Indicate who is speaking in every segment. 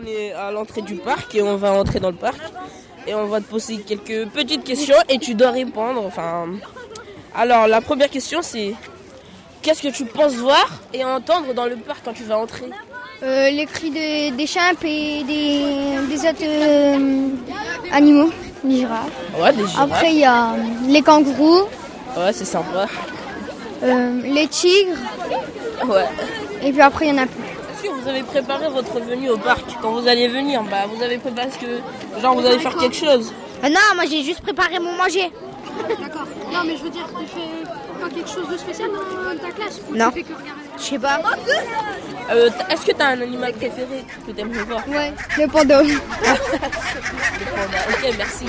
Speaker 1: on est à l'entrée du parc et on va entrer dans le parc. Et on va te poser quelques petites questions et tu dois répondre. Enfin, alors la première question c'est qu'est-ce que tu penses voir et entendre dans le parc quand tu vas entrer
Speaker 2: Euh, les cris de- des chimps et des, des autres euh, animaux, les girafes.
Speaker 1: Ouais, des girafes.
Speaker 2: Après, il y a euh, les kangourous,
Speaker 1: Ouais, c'est sympa.
Speaker 2: euh, les tigres,
Speaker 1: Ouais.
Speaker 2: et puis après, il y en a plus.
Speaker 1: Est-ce que vous avez préparé votre venue au parc quand vous allez venir Bah, vous avez préparé ce que genre vous allez faire quelque chose.
Speaker 2: Ah non, moi j'ai juste préparé mon manger.
Speaker 3: D'accord. Non, mais je veux dire, tu fais pas quelque chose de spécial dans ta classe ou
Speaker 2: Non.
Speaker 3: tu fais que regarder
Speaker 2: Je sais pas.
Speaker 1: Euh, t- Est-ce que t'as un animal préféré que t'aimerais voir
Speaker 2: Ouais, le panda.
Speaker 1: Bon, bah, Ok, merci.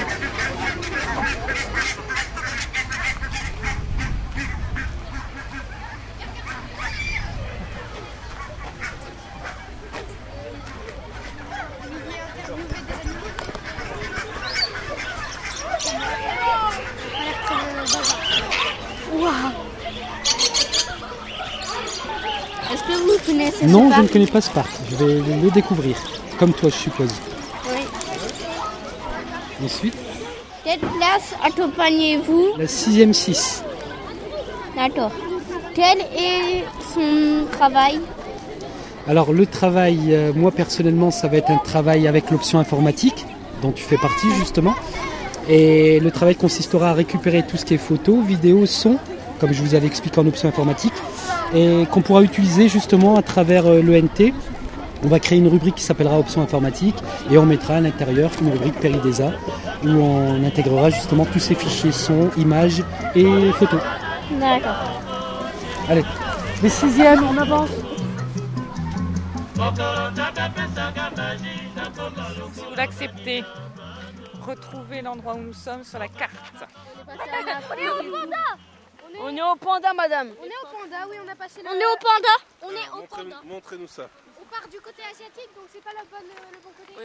Speaker 2: Est-ce que vous connaissez
Speaker 4: Non, je ne connais pas ce parc. Je vais le découvrir, comme toi, je suppose. Ensuite,
Speaker 2: Quelle place accompagnez-vous
Speaker 4: la sixième 6.
Speaker 2: D'accord. Quel est son travail
Speaker 4: Alors, le travail, euh, moi personnellement, ça va être un travail avec l'option informatique, dont tu fais partie justement. Et le travail consistera à récupérer tout ce qui est photos, vidéos, sons, comme je vous avais expliqué en option informatique, et qu'on pourra utiliser justement à travers euh, l'ENT. On va créer une rubrique qui s'appellera option informatique et on mettra à l'intérieur une rubrique Péridesa où on intégrera justement tous ces fichiers sons, images et photos.
Speaker 2: D'accord.
Speaker 4: Allez, les sixièmes, on avance.
Speaker 5: Si vous l'acceptez, retrouvez l'endroit où nous sommes sur la carte.
Speaker 1: On est au panda, madame.
Speaker 3: On est au panda, oui, on a passé le.
Speaker 2: On est au panda
Speaker 3: On est au
Speaker 6: Montrez-nous
Speaker 3: panda.
Speaker 6: montrez-nous ça.
Speaker 3: On part du côté asiatique, donc c'est pas la bonne, le bon côté.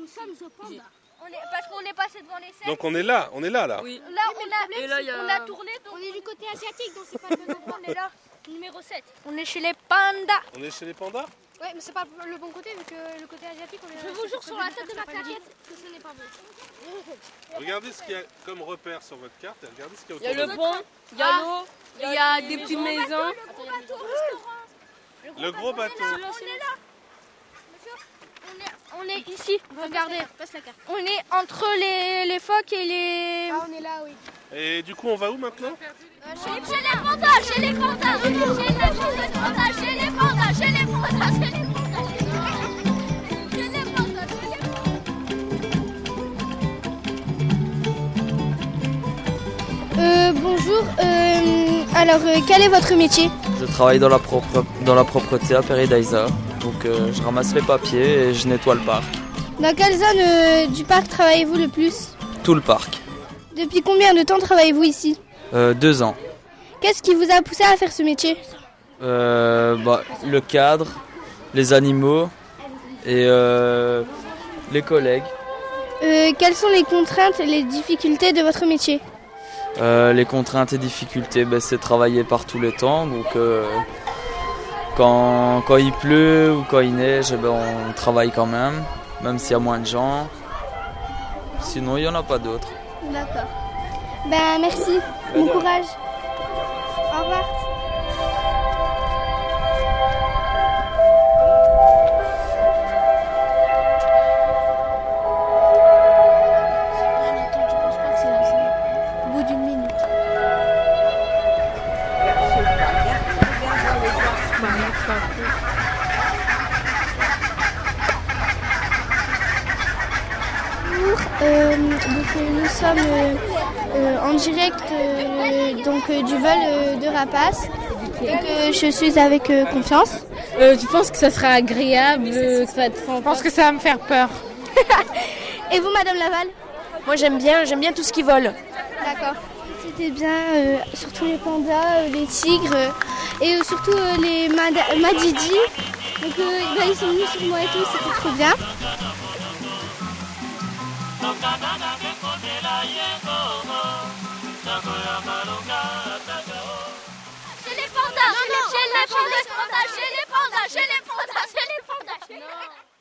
Speaker 3: Nous sommes au panda.
Speaker 2: on est, Parce qu'on est passé devant les scènes.
Speaker 6: Donc on est là, on est là là.
Speaker 1: Oui.
Speaker 2: Là, on a,
Speaker 1: Et là, il y a-
Speaker 2: on a tourné, donc
Speaker 3: On est du côté asiatique, donc c'est pas le bon endroit.
Speaker 2: on est là.
Speaker 3: Numéro 7.
Speaker 2: On est chez les pandas.
Speaker 6: On est chez les pandas
Speaker 3: Ouais, mais c'est pas le bon côté, vu que le côté asiatique, on est Je vous jure sur la tête de ma claquette que ce n'est pas bon.
Speaker 6: Regardez ce qu'il y a comme repère sur votre carte et regardez ce qu'il
Speaker 1: Il
Speaker 6: y
Speaker 1: y
Speaker 6: a
Speaker 1: a
Speaker 6: autour.
Speaker 1: le pont, il y a l'eau, il y a des petites maisons.
Speaker 6: Le gros bateau.
Speaker 2: On est, on est ici, regardez.
Speaker 3: Passe la carte.
Speaker 2: On est entre les, les phoques et les...
Speaker 3: Ah, on est là, oui.
Speaker 6: Et du coup, on va où maintenant
Speaker 2: Euh, Chez les pandas, chez les pandas, chez les pandas, chez les pandas, chez les pandas, chez les pandas, chez les pandas. Chez les pandas, chez les pandas. Euh,
Speaker 3: bonjour, alors quel est votre métier
Speaker 7: Je travaille dans la, propre, dans la propreté à Peridaisa. Donc euh, je ramasse les papiers et je nettoie le parc.
Speaker 3: Dans quelle zone
Speaker 2: euh,
Speaker 3: du parc travaillez-vous le plus
Speaker 7: Tout le parc.
Speaker 3: Depuis combien de temps travaillez-vous ici
Speaker 7: Euh, deux ans.
Speaker 3: Qu'est-ce qui vous a poussé à faire ce métier
Speaker 7: Euh, bah, le cadre, les animaux et euh, les collègues.
Speaker 3: Euh, Quelles sont les contraintes et les difficultés de votre métier
Speaker 7: Euh, les contraintes et difficultés, ben, c'est travailler par tous les temps. Donc euh, quand, quand il pleut ou quand il neige, eh ben, on travaille quand même, même s'il y a moins de gens. Sinon, il n'y en a pas d'autres.
Speaker 3: D'accord. Ben merci, bon courage. Au revoir.
Speaker 2: Au bout d'une minute.
Speaker 3: Euh, donc euh, nous sommes euh, euh, en direct euh, donc euh, du vol euh, de Rapace. Donc euh, je suis avec euh, confiance.
Speaker 8: Euh, tu penses que ça sera agréable euh,
Speaker 5: Je pense que ça va me faire peur.
Speaker 3: Et vous Madame Laval
Speaker 8: Moi j'aime bien, j'aime bien tout ce qui vole.
Speaker 3: D'accord. C'était bien, euh, surtout les pandas, euh, les tigres euh, et euh, surtout euh, les mada- Madidi. Donc euh, bah, ils sont venus sur moi et tout, c'était trop bien.
Speaker 2: Chez les pandas, chez les pandas, chez les pandas, chez les pandas, chez les pandas, chez les pandas, chez les pandas. Non